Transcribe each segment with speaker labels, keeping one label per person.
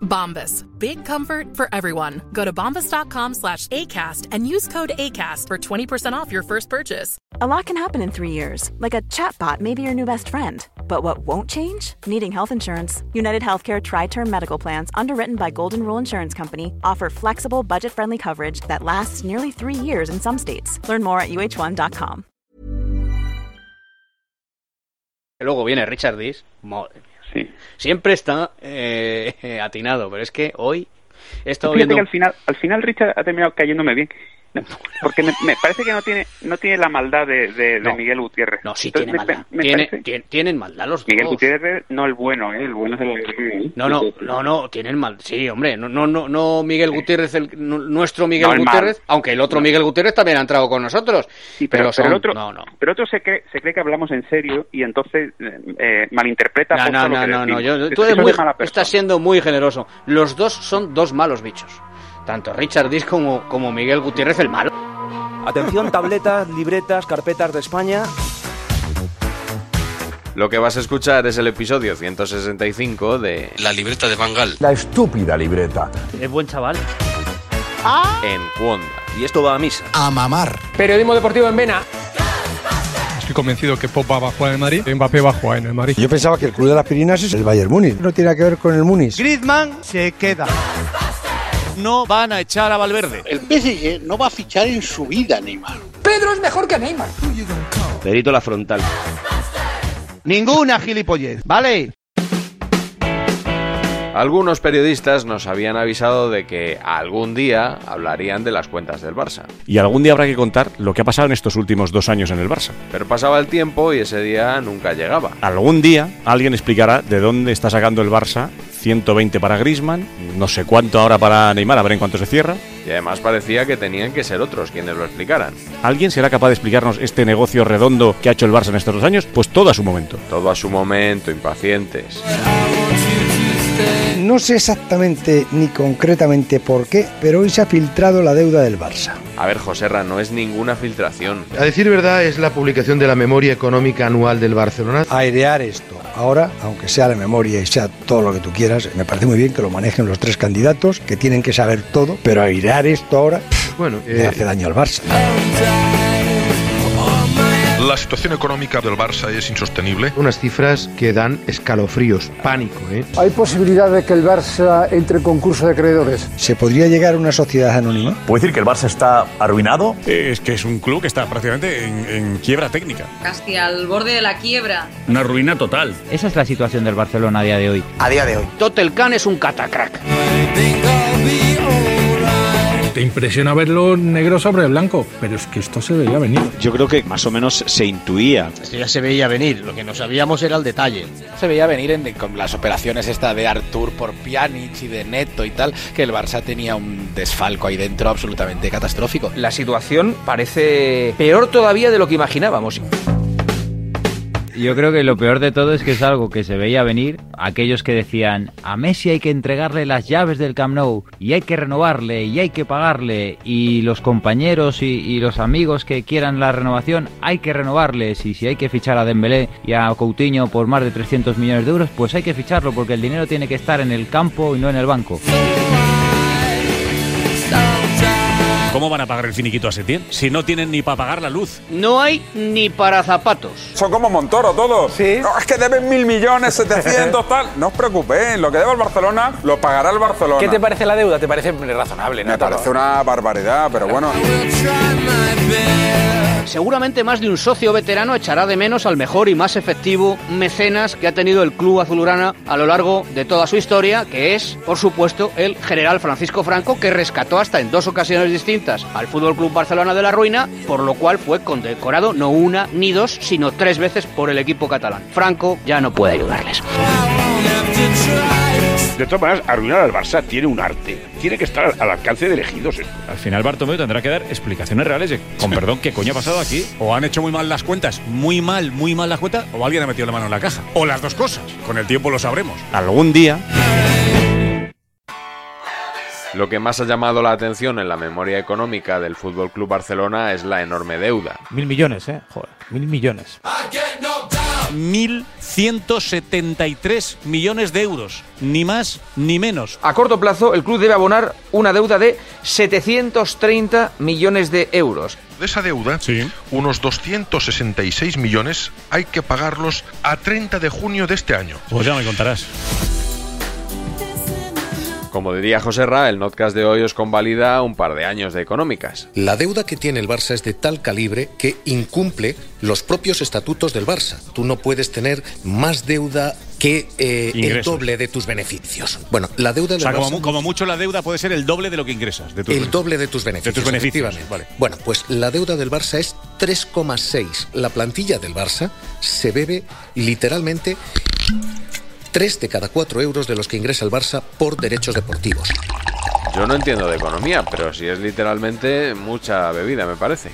Speaker 1: Bombas. Big comfort for everyone. Go to bombas.com slash ACAST and use code ACAST for 20% off your first purchase.
Speaker 2: A lot can happen in three years, like a chatbot may be your new best friend. But what won't change? Needing health insurance. United Healthcare Tri Term Medical Plans, underwritten by Golden Rule Insurance Company, offer flexible, budget friendly coverage that lasts nearly three years in some states. Learn more at uh1.com.
Speaker 3: Que Luego viene Richard Dees. Madre mía.
Speaker 4: Sí.
Speaker 3: Siempre está eh, atinado, pero es que hoy he estado
Speaker 4: Fíjate
Speaker 3: viendo.
Speaker 4: que al final, al final Richard ha terminado cayéndome bien. No, Porque me, me parece que no tiene, no tiene la maldad de, de- de
Speaker 3: No.
Speaker 4: Miguel Gutiérrez.
Speaker 3: No, sí,
Speaker 4: Entonces,
Speaker 3: tiene
Speaker 4: me-
Speaker 3: maldad.
Speaker 4: me
Speaker 3: Tiene-
Speaker 4: parece-
Speaker 3: tien- tienen maldad los
Speaker 4: Miguel
Speaker 3: dos.
Speaker 4: Gutiérrez, no el bueno, ¿eh? el bueno es el
Speaker 3: No, no, no, no, tienen mal. Sí, hombre, no, no, no, no Miguel Gutiérrez, el, no- nuestro Miguel
Speaker 4: No, el malo.
Speaker 3: Gutiérrez, aunque el otro
Speaker 4: No.
Speaker 3: Miguel Gutiérrez también ha entrado con nosotros.
Speaker 4: Sí, pero, pero
Speaker 3: son-
Speaker 4: el otro,
Speaker 3: no, no.
Speaker 4: pero otro se cree, se cree que hablamos en serio y entonces eh, eh, malinterpreta.
Speaker 3: No,
Speaker 4: poco lo
Speaker 3: no, no,
Speaker 4: que
Speaker 3: no, no,
Speaker 4: decimos.
Speaker 3: yo-
Speaker 4: Eso-
Speaker 3: tú eres
Speaker 4: eso es
Speaker 3: muy-
Speaker 4: de mala persona.
Speaker 3: estás siendo muy generoso. Los dos son dos malos bichos. Tanto Richard Dis como, como Miguel Gutiérrez el malo.
Speaker 5: Atención, tabletas, libretas, carpetas de España.
Speaker 6: Lo que vas a escuchar es el episodio 165 de
Speaker 7: La libreta de Bangal.
Speaker 8: La estúpida libreta.
Speaker 3: Es buen chaval.
Speaker 6: En Cuonda.
Speaker 5: Y esto va a misa.
Speaker 8: A mamar.
Speaker 5: Periodismo deportivo en Vena.
Speaker 7: Estoy convencido que Pop va a jugar en el Madrid. Mbappé va a jugar en el Madrid.
Speaker 8: Yo pensaba que el club de las Pirinas es el Bayern Múnich. No tiene nada que ver con el Múnich.
Speaker 5: Griezmann se queda. No van a echar a Valverde.
Speaker 7: El PSG no va a fichar en su vida, Neymar.
Speaker 5: Pedro es mejor que Neymar.
Speaker 6: Perito la frontal.
Speaker 5: Ninguna gilipollez, ¿vale?
Speaker 6: Algunos periodistas nos habían avisado de que algún día hablarían de las cuentas del Barça.
Speaker 5: Y algún día habrá que contar lo que ha pasado en estos últimos dos años en el Barça.
Speaker 6: Pero pasaba el tiempo y ese día nunca llegaba.
Speaker 5: Algún día alguien explicará de dónde está sacando el Barça. 120 para Grisman, no sé cuánto ahora para Neymar, a ver en cuánto se cierra.
Speaker 6: Y además parecía que tenían que ser otros quienes lo explicaran.
Speaker 5: ¿Alguien será capaz de explicarnos este negocio redondo que ha hecho el Barça en estos dos años? Pues todo a su momento.
Speaker 6: Todo a su momento, impacientes.
Speaker 8: No sé exactamente ni concretamente por qué, pero hoy se ha filtrado la deuda del Barça.
Speaker 6: A ver, Joserra, no es ninguna filtración.
Speaker 7: A decir verdad, es la publicación de la memoria económica anual del Barcelona.
Speaker 8: Airear esto. Ahora, aunque sea la memoria y sea todo lo que tú quieras, me parece muy bien que lo manejen los tres candidatos, que tienen que saber todo, pero airear esto ahora pff,
Speaker 7: Bueno, eh,
Speaker 8: le hace daño al Barça.
Speaker 7: la situación económica del Barça es insostenible. Unas cifras que dan escalofríos, pánico, ¿eh?
Speaker 8: ¿Hay posibilidad de que el Barça entre en concurso de acreedores? ¿Se podría llegar a una sociedad anónima?
Speaker 5: ¿Puedo decir que el Barça está arruinado?
Speaker 7: Es que es un club que está prácticamente en, quiebra técnica.
Speaker 1: Casi al borde de la quiebra.
Speaker 7: Una ruina total.
Speaker 5: Esa es la situación del Barcelona a día de hoy.
Speaker 8: A día de hoy.
Speaker 3: Totel Kahn es un catacrack.
Speaker 7: Te impresiona verlo negro sobre blanco, pero es que esto se veía venir.
Speaker 5: Yo creo que más o menos se intuía.
Speaker 3: Esto ya se veía venir, lo que no sabíamos era el detalle.
Speaker 7: Se veía venir en- con las operaciones esta de Artur por Pjanic y de Neto y tal, que el Barça tenía un desfalco ahí dentro absolutamente catastrófico.
Speaker 5: La situación parece peor todavía de lo que imaginábamos.
Speaker 3: Yo creo que lo peor de todo es que es algo que se veía venir. Aquellos que decían, a Messi hay que entregarle las llaves del Camp Nou, y hay que renovarle, y hay que pagarle, y los compañeros y, y los amigos que quieran la renovación, hay que renovarles, y si hay que fichar a Dembélé y a Coutinho por más de 300 millones de euros, pues hay que ficharlo, porque el dinero tiene que estar en el campo y no en el banco.
Speaker 5: ¿Cómo van a pagar el finiquito a Setién si no tienen ni para pagar la luz?
Speaker 3: No hay ni para zapatos.
Speaker 8: Son como Montoro todos.
Speaker 5: Sí.
Speaker 8: No, es que deben mil millones, 700, tal. No os preocupéis, lo que deba el Barcelona lo pagará el Barcelona.
Speaker 5: ¿Qué te parece la deuda? ¿Te parece razonable?
Speaker 8: Me parece una barbaridad, pero bueno.
Speaker 3: Seguramente más de un socio veterano echará de menos al mejor y más efectivo mecenas que ha tenido el club azulurana a lo largo de toda su historia, que es, por supuesto, el general Francisco Franco, que rescató hasta en dos ocasiones distintas al Fútbol Club Barcelona de la ruina, por lo cual fue condecorado no una ni dos, sino tres veces por el equipo catalán. Franco ya no puede ayudarles.
Speaker 9: De todas maneras, arruinar al Barça tiene un arte. Tiene que estar al, al alcance de elegidos ¿eh? esto.
Speaker 10: Al final Bartomeu tendrá que dar explicaciones reales de, con perdón, ¿qué coño ha pasado aquí?
Speaker 5: O han hecho muy mal las cuentas, muy mal, muy mal las cuentas, o alguien ha metido la mano en la caja. O las dos cosas. Con el tiempo lo sabremos.
Speaker 11: Algún día.
Speaker 6: Lo que más ha llamado la atención en la memoria económica del Fútbol Club Barcelona es la enorme deuda.
Speaker 12: Mil millones, ¿eh? Joder, mil millones.
Speaker 5: 1.173 millones de euros, ni más ni menos.
Speaker 3: A corto plazo, el club debe abonar una deuda de 730 millones de euros.
Speaker 13: De esa deuda, unos 266 millones hay que pagarlos a 30 de junio de este año.
Speaker 5: Pues ya me contarás.
Speaker 6: Como diría José Ra, el podcast de hoy os convalida un par de años de económicas.
Speaker 7: La deuda que tiene el Barça es de tal calibre que incumple los propios estatutos del Barça. Tú no puedes tener más deuda que eh, el
Speaker 5: Ingresos.
Speaker 7: doble de tus beneficios. Bueno, la deuda
Speaker 5: O
Speaker 7: del
Speaker 5: sea, como,
Speaker 7: Barça-
Speaker 5: mu- como mucho la deuda puede ser el doble de lo que ingresas. De tus
Speaker 7: el doble de tus beneficios.
Speaker 5: De tus beneficios,
Speaker 7: efectivamente.
Speaker 5: vale.
Speaker 7: Bueno, pues la deuda del Barça es 3,6. La plantilla del Barça se bebe literalmente 3 de cada 4 euros de los que ingresa el Barça por derechos deportivos.
Speaker 6: Yo no entiendo de economía, pero sí es literalmente mucha bebida, me parece.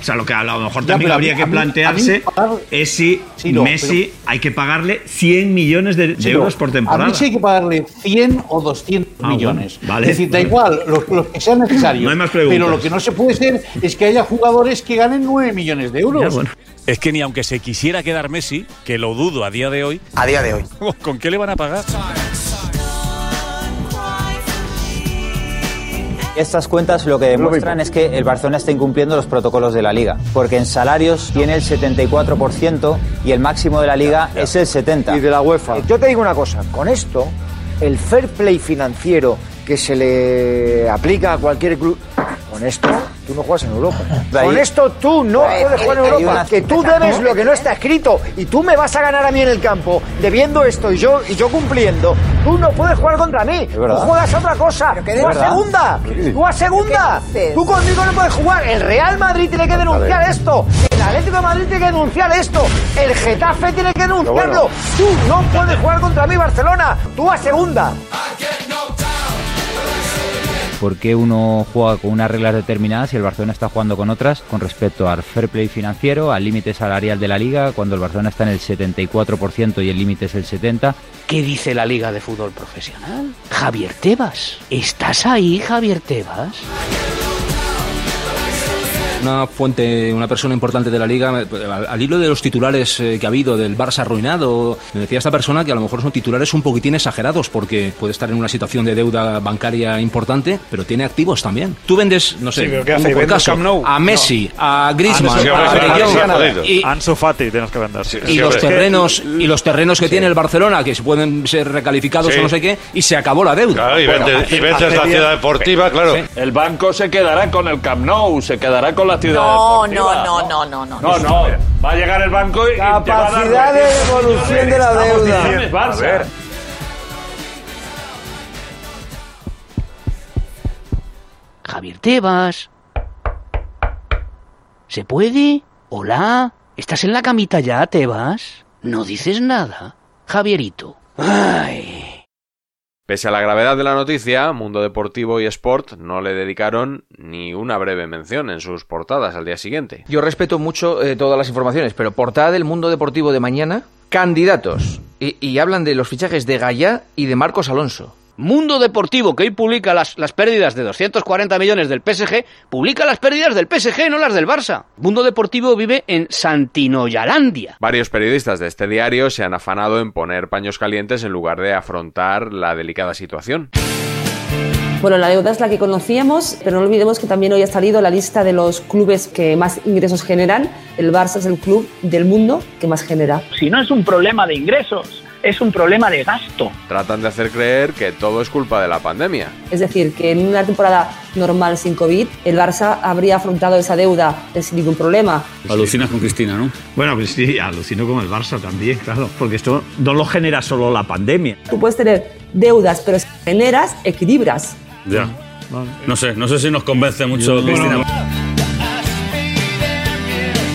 Speaker 14: O sea, lo que a lo mejor
Speaker 15: Ya,
Speaker 14: también
Speaker 15: pero a
Speaker 14: habría
Speaker 15: mí-
Speaker 14: que
Speaker 15: a mí- a mí
Speaker 14: plantearse
Speaker 15: pagar-
Speaker 14: es si
Speaker 15: Sí, no,
Speaker 14: Messi hay que pagarle 100 millones de, de
Speaker 15: Sí,
Speaker 14: euros
Speaker 15: no.
Speaker 14: por temporada.
Speaker 15: A mí sí hay que pagarle 100 o 200
Speaker 14: Ah,
Speaker 15: millones.
Speaker 14: bueno, vale.
Speaker 15: es decir, da igual, los, los que sean necesarios.
Speaker 14: No hay más preguntas.
Speaker 15: Pero lo que no se puede ser es que haya jugadores que ganen 9 millones de euros.
Speaker 5: Es que ni aunque se quisiera quedar Messi, que lo dudo a día de hoy.
Speaker 15: A día de hoy.
Speaker 5: ¿Con qué le van a pagar?
Speaker 16: Estas cuentas lo que demuestran es que el Barcelona está incumpliendo los protocolos de la liga, porque en salarios tiene el 74% y el máximo de la liga es el 70%. Y de la UEFA.
Speaker 17: Eh, Yo te digo una cosa, con esto, el fair play financiero que se le aplica a cualquier club, con esto tú no juegas en Europa.
Speaker 16: Ahí-
Speaker 17: Con esto tú no
Speaker 16: Ahí-
Speaker 17: puedes jugar en
Speaker 16: ahí hay
Speaker 17: Europa,
Speaker 16: una-
Speaker 17: que tú debes lo que no está escrito y tú me vas a ganar a mí en el campo debiendo esto y yo y yo cumpliendo. Tú no puedes jugar contra mí, tú verdad. juegas a otra cosa, es tú a verdad. segunda, Sí. tú a segunda, tú conmigo no puedes jugar. El Real Madrid tiene que denunciar esto, el Atlético de Madrid tiene que denunciar esto, el Getafe tiene que denunciarlo. Tú no puedes jugar contra mí Barcelona, tú a segunda.
Speaker 18: ¿Por qué uno juega con unas reglas determinadas y el Barcelona está jugando con otras con respecto al fair play financiero, al límite salarial de la liga, cuando el Barcelona está en el 74% y el límite es el 70%?
Speaker 19: ¿Qué dice la Liga de Fútbol Profesional? Javier Tebas. ¿Estás ahí, Javier Tebas?
Speaker 20: Una fuente, una persona importante de la liga, eh, pues, al, al hilo de los titulares eh, que ha habido del Barça arruinado, me decía esta persona que a lo mejor son titulares un poquitín exagerados porque puede estar en una situación de deuda bancaria importante, pero tiene activos también. Tú vendes, no sé,
Speaker 11: Sí, pero ¿qué
Speaker 20: un
Speaker 11: hace?
Speaker 20: poco
Speaker 11: ¿Vende
Speaker 20: caso,
Speaker 11: Camp Nou? Ah,
Speaker 20: a Messi, a Griezmann,
Speaker 11: Ansu-
Speaker 20: a
Speaker 11: Ansu-
Speaker 20: Perellón,
Speaker 11: Ansu- Ansu-
Speaker 20: y,
Speaker 11: Ansu Fati tenemos que vender.
Speaker 20: y los terrenos y los terrenos que tiene el Barcelona que se pueden ser recalificados
Speaker 21: Sí.
Speaker 20: o no sé qué y se acabó la deuda
Speaker 21: Claro, y
Speaker 20: Bueno,
Speaker 21: vendes,
Speaker 20: hace-
Speaker 21: y vendes
Speaker 20: hace
Speaker 21: la
Speaker 20: bien.
Speaker 21: ciudad deportiva, claro.
Speaker 20: Sí.
Speaker 21: El banco se quedará con el Camp Nou, se quedará con la ciudad
Speaker 22: No,
Speaker 21: deportiva.
Speaker 22: no, no, no, no, no.
Speaker 21: No, no. Va a llegar el banco y.
Speaker 22: Capacidad de devolución de la deuda.
Speaker 21: Barça.
Speaker 22: A ver.
Speaker 19: Javier Tebas. ¿Se puede? Hola. ¿Estás en la camita ya, Tebas? No dices nada, Javierito. Ay.
Speaker 6: Pese a la gravedad de la noticia, Mundo Deportivo y Sport no le dedicaron ni una breve mención en sus portadas al día siguiente.
Speaker 3: Yo respeto mucho eh, todas las informaciones, pero portada del mundo deportivo de mañana, candidatos. Y, y hablan de los fichajes de Gallá y de Marcos Alonso.
Speaker 19: Mundo Deportivo, que hoy publica las, las pérdidas de 240 millones del PSG, publica las pérdidas del PSG, no las del Barça. Mundo Deportivo vive en Santinoyalandia.
Speaker 6: Varios periodistas de este diario se han afanado en poner paños calientes en lugar de afrontar la delicada situación.
Speaker 23: Bueno, la deuda es la que conocíamos, pero no olvidemos que también hoy ha salido la lista de los clubes que más ingresos generan. El Barça es el club del mundo que más genera.
Speaker 24: Si no es un problema de ingresos, es un problema de gasto.
Speaker 6: Tratan de hacer creer que todo es culpa de la pandemia.
Speaker 23: Es decir, que en una temporada normal sin COVID, el Barça habría afrontado esa deuda sin ningún problema.
Speaker 14: Alucinas con Cristina, ¿no? Bueno, pues sí, alucino con el Barça también, claro, porque esto no lo genera solo la pandemia.
Speaker 23: Tú puedes tener deudas, pero si generas, equilibras.
Speaker 14: Ah,
Speaker 25: Ya. No sé, no sé si nos convence mucho, Cristina.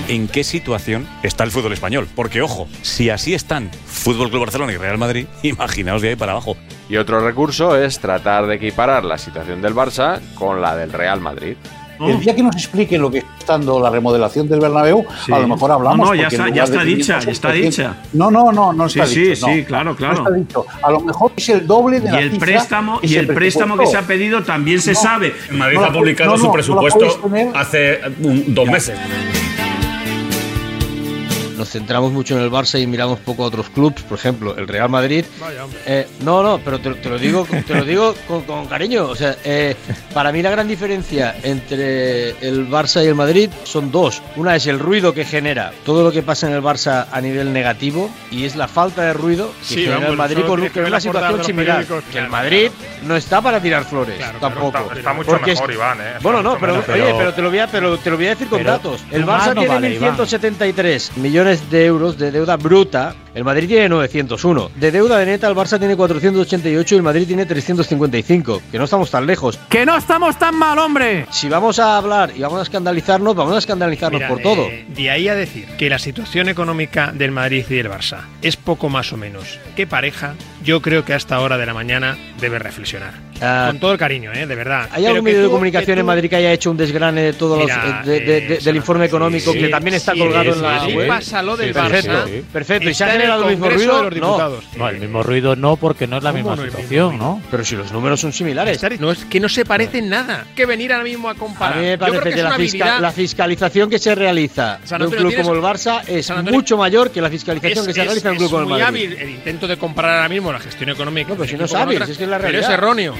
Speaker 11: en qué situación está el fútbol español. Porque, ojo, si así están Fútbol Club Barcelona y Real Madrid, imaginaos de ahí para abajo.
Speaker 6: Y otro recurso es tratar de equiparar la situación del Barça con la del Real Madrid.
Speaker 26: El día que nos expliquen lo que está dando la remodelación del Bernabéu,
Speaker 6: Sí.
Speaker 26: a lo mejor hablamos.
Speaker 6: No, no, ya
Speaker 26: porque en
Speaker 6: está-
Speaker 26: lugar
Speaker 6: ya
Speaker 26: de
Speaker 6: está
Speaker 26: 500,
Speaker 6: dicha, ya está
Speaker 26: 800.
Speaker 6: dicha.
Speaker 26: No, no, no, no está
Speaker 27: Sí,
Speaker 26: dicho.
Speaker 27: sí,
Speaker 26: no.
Speaker 27: sí, claro, claro.
Speaker 26: No está dicho. A lo mejor es el doble de
Speaker 27: Y
Speaker 26: la
Speaker 27: el
Speaker 26: cifra
Speaker 27: préstamo,
Speaker 26: que
Speaker 27: y
Speaker 26: se
Speaker 27: el préstamo que
Speaker 26: presupuestó.
Speaker 27: se ha pedido también se
Speaker 26: No.
Speaker 27: sabe.
Speaker 26: Madrid No la ha pu- publicado no, su no, no la presupuesto puedes poner-
Speaker 27: hace dos meses.
Speaker 28: Nos centramos mucho en el Barça y miramos poco a otros clubes, por ejemplo, el Real Madrid. Eh, no, no, pero te, te lo digo, te lo digo con, con cariño. O sea, eh, para mí la gran diferencia entre el Barça y el Madrid son dos. Una es el ruido que genera todo lo que pasa en el Barça a nivel negativo y es la falta de ruido que
Speaker 29: Sí,
Speaker 28: genera
Speaker 29: vamos,
Speaker 28: el Madrid
Speaker 29: eso
Speaker 28: con,
Speaker 29: tienes que
Speaker 28: con
Speaker 29: ver
Speaker 28: una
Speaker 29: la
Speaker 28: situación
Speaker 29: portada de los
Speaker 28: similar.
Speaker 29: periódicos.
Speaker 28: Que el Madrid no está para tirar flores, tampoco.
Speaker 29: está- está mucho
Speaker 28: Porque
Speaker 29: mejor, Iván, ¿eh? Está
Speaker 28: Bueno, no,
Speaker 29: mucho
Speaker 28: pero,
Speaker 29: mejor.
Speaker 28: oye, pero te lo voy a, pero te lo voy a decir con Pero datos. El tu Barça mano tiene vale, Iván. 173 millones de euros de deuda bruta, el Madrid tiene 901. De deuda de neta, el Barça tiene 488 y el Madrid tiene 355, que no estamos tan lejos. ¡Que no estamos tan mal, hombre! Si vamos a hablar y vamos a escandalizarnos, vamos a escandalizarnos
Speaker 30: Mira,
Speaker 28: por todo.
Speaker 30: eh, de ahí a decir que la situación económica del Madrid y del Barça es poco más o menos que pareja, yo creo que a esta hora de la mañana debe reflexionar.
Speaker 28: Ah.
Speaker 30: Con todo el cariño, ¿eh? de verdad.
Speaker 28: ¿Hay
Speaker 30: Pero
Speaker 28: algún
Speaker 30: que
Speaker 28: medio de
Speaker 30: tú-
Speaker 28: comunicación
Speaker 30: que
Speaker 28: en
Speaker 30: tú-
Speaker 28: Madrid que haya hecho un desgrane de todos los- eh,
Speaker 30: Mira, eh,
Speaker 28: de- de- de- del informe económico
Speaker 30: sí,
Speaker 28: que también está
Speaker 30: sí,
Speaker 28: colgado
Speaker 30: sí,
Speaker 28: en la
Speaker 30: sí,
Speaker 28: web?
Speaker 30: pasa lo del
Speaker 28: perfecto,
Speaker 30: Barça, sí.
Speaker 28: Perfecto. ¿Y se ha
Speaker 30: Está en el
Speaker 28: generado el mismo
Speaker 30: Congreso
Speaker 28: ruido?
Speaker 30: de los Diputados.
Speaker 28: No,
Speaker 31: el mismo ruido no, porque no es la misma situación, ¿no?
Speaker 28: Pero si los números son similares.
Speaker 30: No es que no se parecen nada. Que venir ahora mismo a comparar.
Speaker 28: A mí me
Speaker 30: Yo creo
Speaker 28: parece
Speaker 30: que
Speaker 28: que,
Speaker 30: es
Speaker 28: la,
Speaker 30: una
Speaker 28: fisca-
Speaker 30: habilidad-
Speaker 28: la fiscalización que se realiza
Speaker 30: San
Speaker 28: de un
Speaker 30: Antonio,
Speaker 28: club
Speaker 30: tienes-
Speaker 28: como el Barça es
Speaker 30: San Antonio,
Speaker 28: mucho mayor que la fiscalización que se
Speaker 30: es-
Speaker 28: realiza en un
Speaker 30: es
Speaker 28: club como el
Speaker 30: muy
Speaker 28: Madrid.
Speaker 30: hábil el intento de comparar ahora mismo la gestión económica. No, pero
Speaker 28: si no sabes, es que es la realidad.
Speaker 30: Pero es erróneo.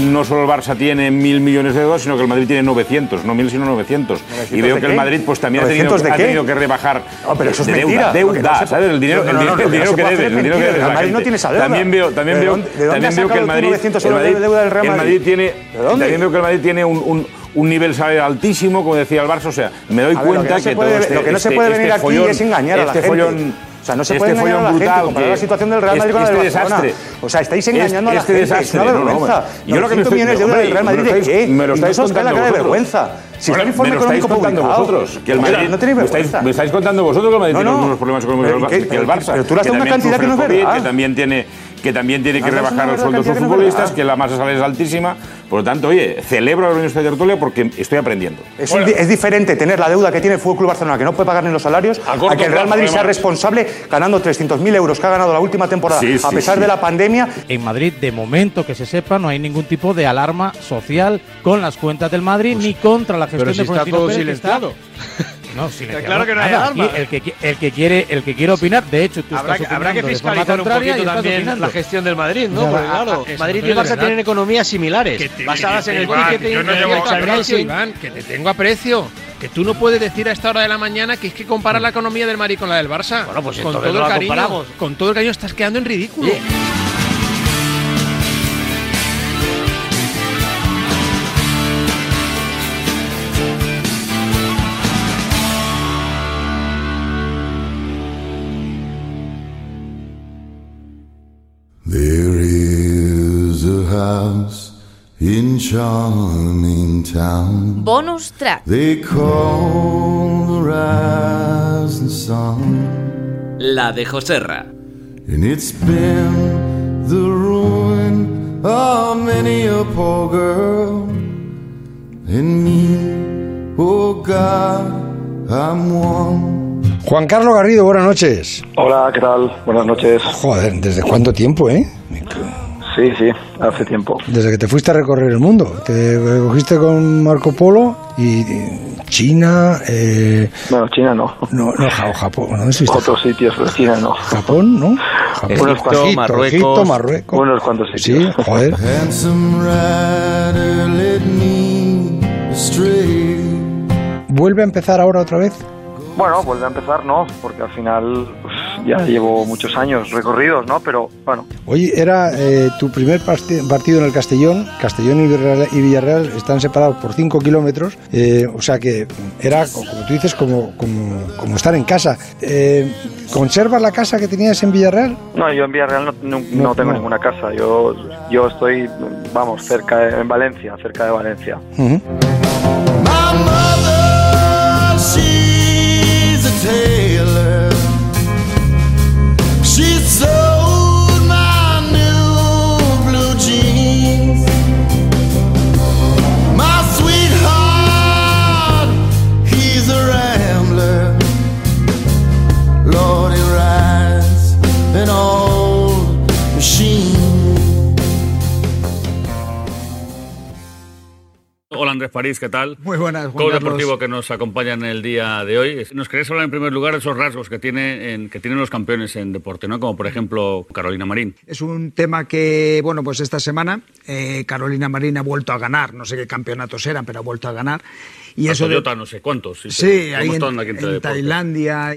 Speaker 22: No solo el Barça tiene mil millones de euros, sino que el Madrid tiene 900, no mil, sino 900. y veo que el Madrid pues también ha tenido,
Speaker 5: 900 de
Speaker 22: ha
Speaker 5: qué?
Speaker 22: tenido que rebajar
Speaker 5: No, pero eso es
Speaker 22: de
Speaker 5: mentira,
Speaker 22: deuda,
Speaker 5: porque no
Speaker 22: deuda,
Speaker 5: se-
Speaker 22: ¿sabes? El dinero,
Speaker 5: No,
Speaker 22: el
Speaker 5: no, no,
Speaker 22: dinero-
Speaker 5: no,
Speaker 22: el
Speaker 5: no
Speaker 22: dinero
Speaker 5: se
Speaker 22: que
Speaker 5: puede
Speaker 22: debe, el
Speaker 5: hacer
Speaker 22: dinero que
Speaker 5: mentira,
Speaker 22: debe
Speaker 5: el
Speaker 22: la
Speaker 5: Madrid no
Speaker 22: gente.
Speaker 5: tiene esa deuda.
Speaker 22: También veo, también
Speaker 5: ¿De
Speaker 22: veo,
Speaker 5: dónde- de dónde
Speaker 22: también
Speaker 5: ha
Speaker 22: veo que el
Speaker 5: sacado tú
Speaker 22: Madrid,
Speaker 5: 900
Speaker 22: el
Speaker 5: euros de
Speaker 22: Madrid-
Speaker 5: deuda del Real
Speaker 22: el
Speaker 5: Madrid?
Speaker 22: tiene,
Speaker 5: ¿De dónde?
Speaker 22: también veo que el Madrid tiene un, un- un nivel salarial altísimo, como decía el Barça, o sea, me doy
Speaker 5: A ver, lo que
Speaker 22: cuenta
Speaker 5: no se
Speaker 22: que
Speaker 5: puede-
Speaker 22: todo este-
Speaker 5: lo que no se
Speaker 22: este-
Speaker 5: puede
Speaker 22: este
Speaker 5: venir aquí
Speaker 22: follón-
Speaker 5: es engañar a la
Speaker 22: este
Speaker 5: gente.
Speaker 22: follón-
Speaker 5: O sea, no se
Speaker 22: este
Speaker 5: puede engañar a
Speaker 22: follón
Speaker 5: la gente,
Speaker 22: brutal
Speaker 5: comparar
Speaker 22: que-
Speaker 5: la situación del Real
Speaker 22: este-
Speaker 5: Madrid con la del
Speaker 22: este
Speaker 5: Barcelona. desastre. O sea, estáis engañando
Speaker 22: Este-
Speaker 5: a la
Speaker 22: este
Speaker 5: gente,
Speaker 22: desastre,
Speaker 5: es una
Speaker 22: no, no,
Speaker 5: vergüenza.
Speaker 22: hombre. Yo lo que me
Speaker 5: 900
Speaker 22: estoy-
Speaker 5: millones de euros
Speaker 22: hombre,
Speaker 5: del Real
Speaker 22: me lo
Speaker 5: Madrid, ¿de
Speaker 22: estáis-
Speaker 5: qué?
Speaker 22: me lo
Speaker 5: No
Speaker 22: estáis
Speaker 5: os cae la
Speaker 22: contando
Speaker 5: cara de
Speaker 22: vosotros.
Speaker 5: vergüenza. Si está
Speaker 22: Ahora,
Speaker 5: el informe
Speaker 22: me lo estáis
Speaker 5: económico
Speaker 22: contando publicado. vosotros, que el O sea, Madrid- no tenéis me vergüenza. estáis- me estáis contando vosotros que el Madrid No, tiene no. unos problemas económicos Pero, que, ¿qué? que el Barça. Pero tú lo has que dado una también cantidad que sufre no es COVID, verdad. Que también tiene que también tiene que Has dado rebajar una el sueldo de sus cantidad que no es futbolistas, verdad. que la masa salarial es altísima. Por lo tanto, oye, celebro la reunión de tertulia porque estoy aprendiendo.
Speaker 5: Es, un di- es diferente tener la deuda que tiene el Fútbol Club Barcelona, que no puede pagar ni los salarios, a,
Speaker 22: corto
Speaker 5: que el Real
Speaker 22: plazo,
Speaker 5: Madrid sea
Speaker 22: además.
Speaker 5: responsable ganando 300.000 euros que ha ganado la última temporada,
Speaker 31: Sí,
Speaker 5: a
Speaker 31: sí,
Speaker 5: pesar
Speaker 31: sí.
Speaker 5: de la pandemia.
Speaker 31: En Madrid, de momento que se sepa, no hay ningún tipo de alarma social con las cuentas del Madrid ni contra la gestión
Speaker 28: Pues Pero si
Speaker 31: de
Speaker 28: está
Speaker 31: Florentino
Speaker 28: todo
Speaker 31: Pérez, que
Speaker 28: silenciado.
Speaker 31: No, silenciado.
Speaker 28: claro que no hay
Speaker 31: Nada,
Speaker 28: alarma.
Speaker 30: ¿eh?
Speaker 31: aquí El que, qui- el que quiere, el que quiere opinar, de hecho, tú
Speaker 28: Habrá,
Speaker 31: estás
Speaker 28: habrá que
Speaker 31: opinando de forma
Speaker 28: fiscalizar un
Speaker 31: contraria
Speaker 28: poquito
Speaker 31: y estás
Speaker 28: también
Speaker 31: opinando.
Speaker 28: la gestión del Madrid, ¿no?
Speaker 31: Ya,
Speaker 28: Porque
Speaker 31: ah,
Speaker 28: claro,
Speaker 31: ah, eso,
Speaker 28: Madrid y
Speaker 31: Antonio,
Speaker 28: el
Speaker 31: de
Speaker 28: Barça
Speaker 31: verdad.
Speaker 28: tienen economías similares,
Speaker 30: te-
Speaker 28: basadas
Speaker 30: que
Speaker 28: en
Speaker 30: te-
Speaker 28: el
Speaker 30: Iván,
Speaker 28: ticket
Speaker 30: Yo no llego a precio,
Speaker 28: y
Speaker 30: Iván, que te tengo aprecio. Que tú no puedes decir a esta hora de la mañana que es que comparar la economía del Madrid con la del Barça. Bueno,
Speaker 28: pues
Speaker 30: con
Speaker 28: entonces
Speaker 30: todo
Speaker 28: no
Speaker 30: el
Speaker 28: la
Speaker 30: cariño,
Speaker 28: comparamos.
Speaker 30: Con todo el cariño estás quedando en ridículo. There is a house in charming town.
Speaker 22: Bonus track.
Speaker 30: They call the rising sun,
Speaker 32: La de Joserra.
Speaker 30: and it's been the ruin of many a poor girl. And me, oh God, I'm one.
Speaker 8: Juan Carlos Garrido, buenas noches.
Speaker 33: Hola, ¿qué tal? Buenas noches.
Speaker 8: Joder, ¿desde cuánto tiempo, eh?
Speaker 33: Sí, sí, hace tiempo.
Speaker 8: Desde que te fuiste a recorrer el mundo. Te cogiste con Marco Polo y y China. Eh,
Speaker 33: Bueno, China no.
Speaker 8: no, no, Ja- Japón. ¿no? ¿Estuviste en
Speaker 33: Otros sitios, pero China no.
Speaker 8: Japón, ¿no? Japón.
Speaker 33: Unos cuantos.
Speaker 8: Egipto, Egipto, Marruecos.
Speaker 33: Unos cuantos
Speaker 8: Sí,
Speaker 33: sitios.
Speaker 8: joder.
Speaker 30: Handsome rider led me astray.
Speaker 8: ¿Vuelve a empezar ahora otra vez?
Speaker 33: Bueno, vuelve a empezar, no, porque al final pues, ya llevo muchos años recorridos, ¿no? Pero bueno,
Speaker 8: Oye, era eh, tu primer parte- partido en el Castellón. Castellón y Villarreal, y Villarreal están separados por 5 kilómetros. eh, o sea que era, co- como tú dices, como, como, como estar en casa. Eh, ¿Conservas la casa que tenías en Villarreal?
Speaker 33: No, yo en Villarreal no, no- no tengo ninguna casa. Yo, yo estoy, vamos, cerca de- en Valencia, cerca de Valencia.
Speaker 29: She's a tailor. She sewed my new blue jeans. My sweetheart, he's a rambler. Lord, he rides an old machine.
Speaker 5: Hola Andrés París, ¿qué tal?
Speaker 17: Muy buenas, Juan
Speaker 5: Todo
Speaker 17: Carlos.
Speaker 5: deportivo que nos acompaña en el día de hoy. Nos querés hablar en primer lugar de esos rasgos que, tiene en- que tienen los campeones en deporte, ¿no? Como por ejemplo Carolina Marín.
Speaker 17: Es un tema que, bueno, pues esta semana eh, Carolina Marín ha vuelto a ganar. No sé qué campeonatos eran, pero ha vuelto a ganar. Y
Speaker 5: A
Speaker 17: eso de-
Speaker 5: Toyota, no sé cuántos.
Speaker 17: Sí,
Speaker 5: que- que
Speaker 17: ahí
Speaker 5: hemos
Speaker 17: en,
Speaker 5: estado en la quinta
Speaker 17: en
Speaker 5: de deporte.
Speaker 17: Tailandia.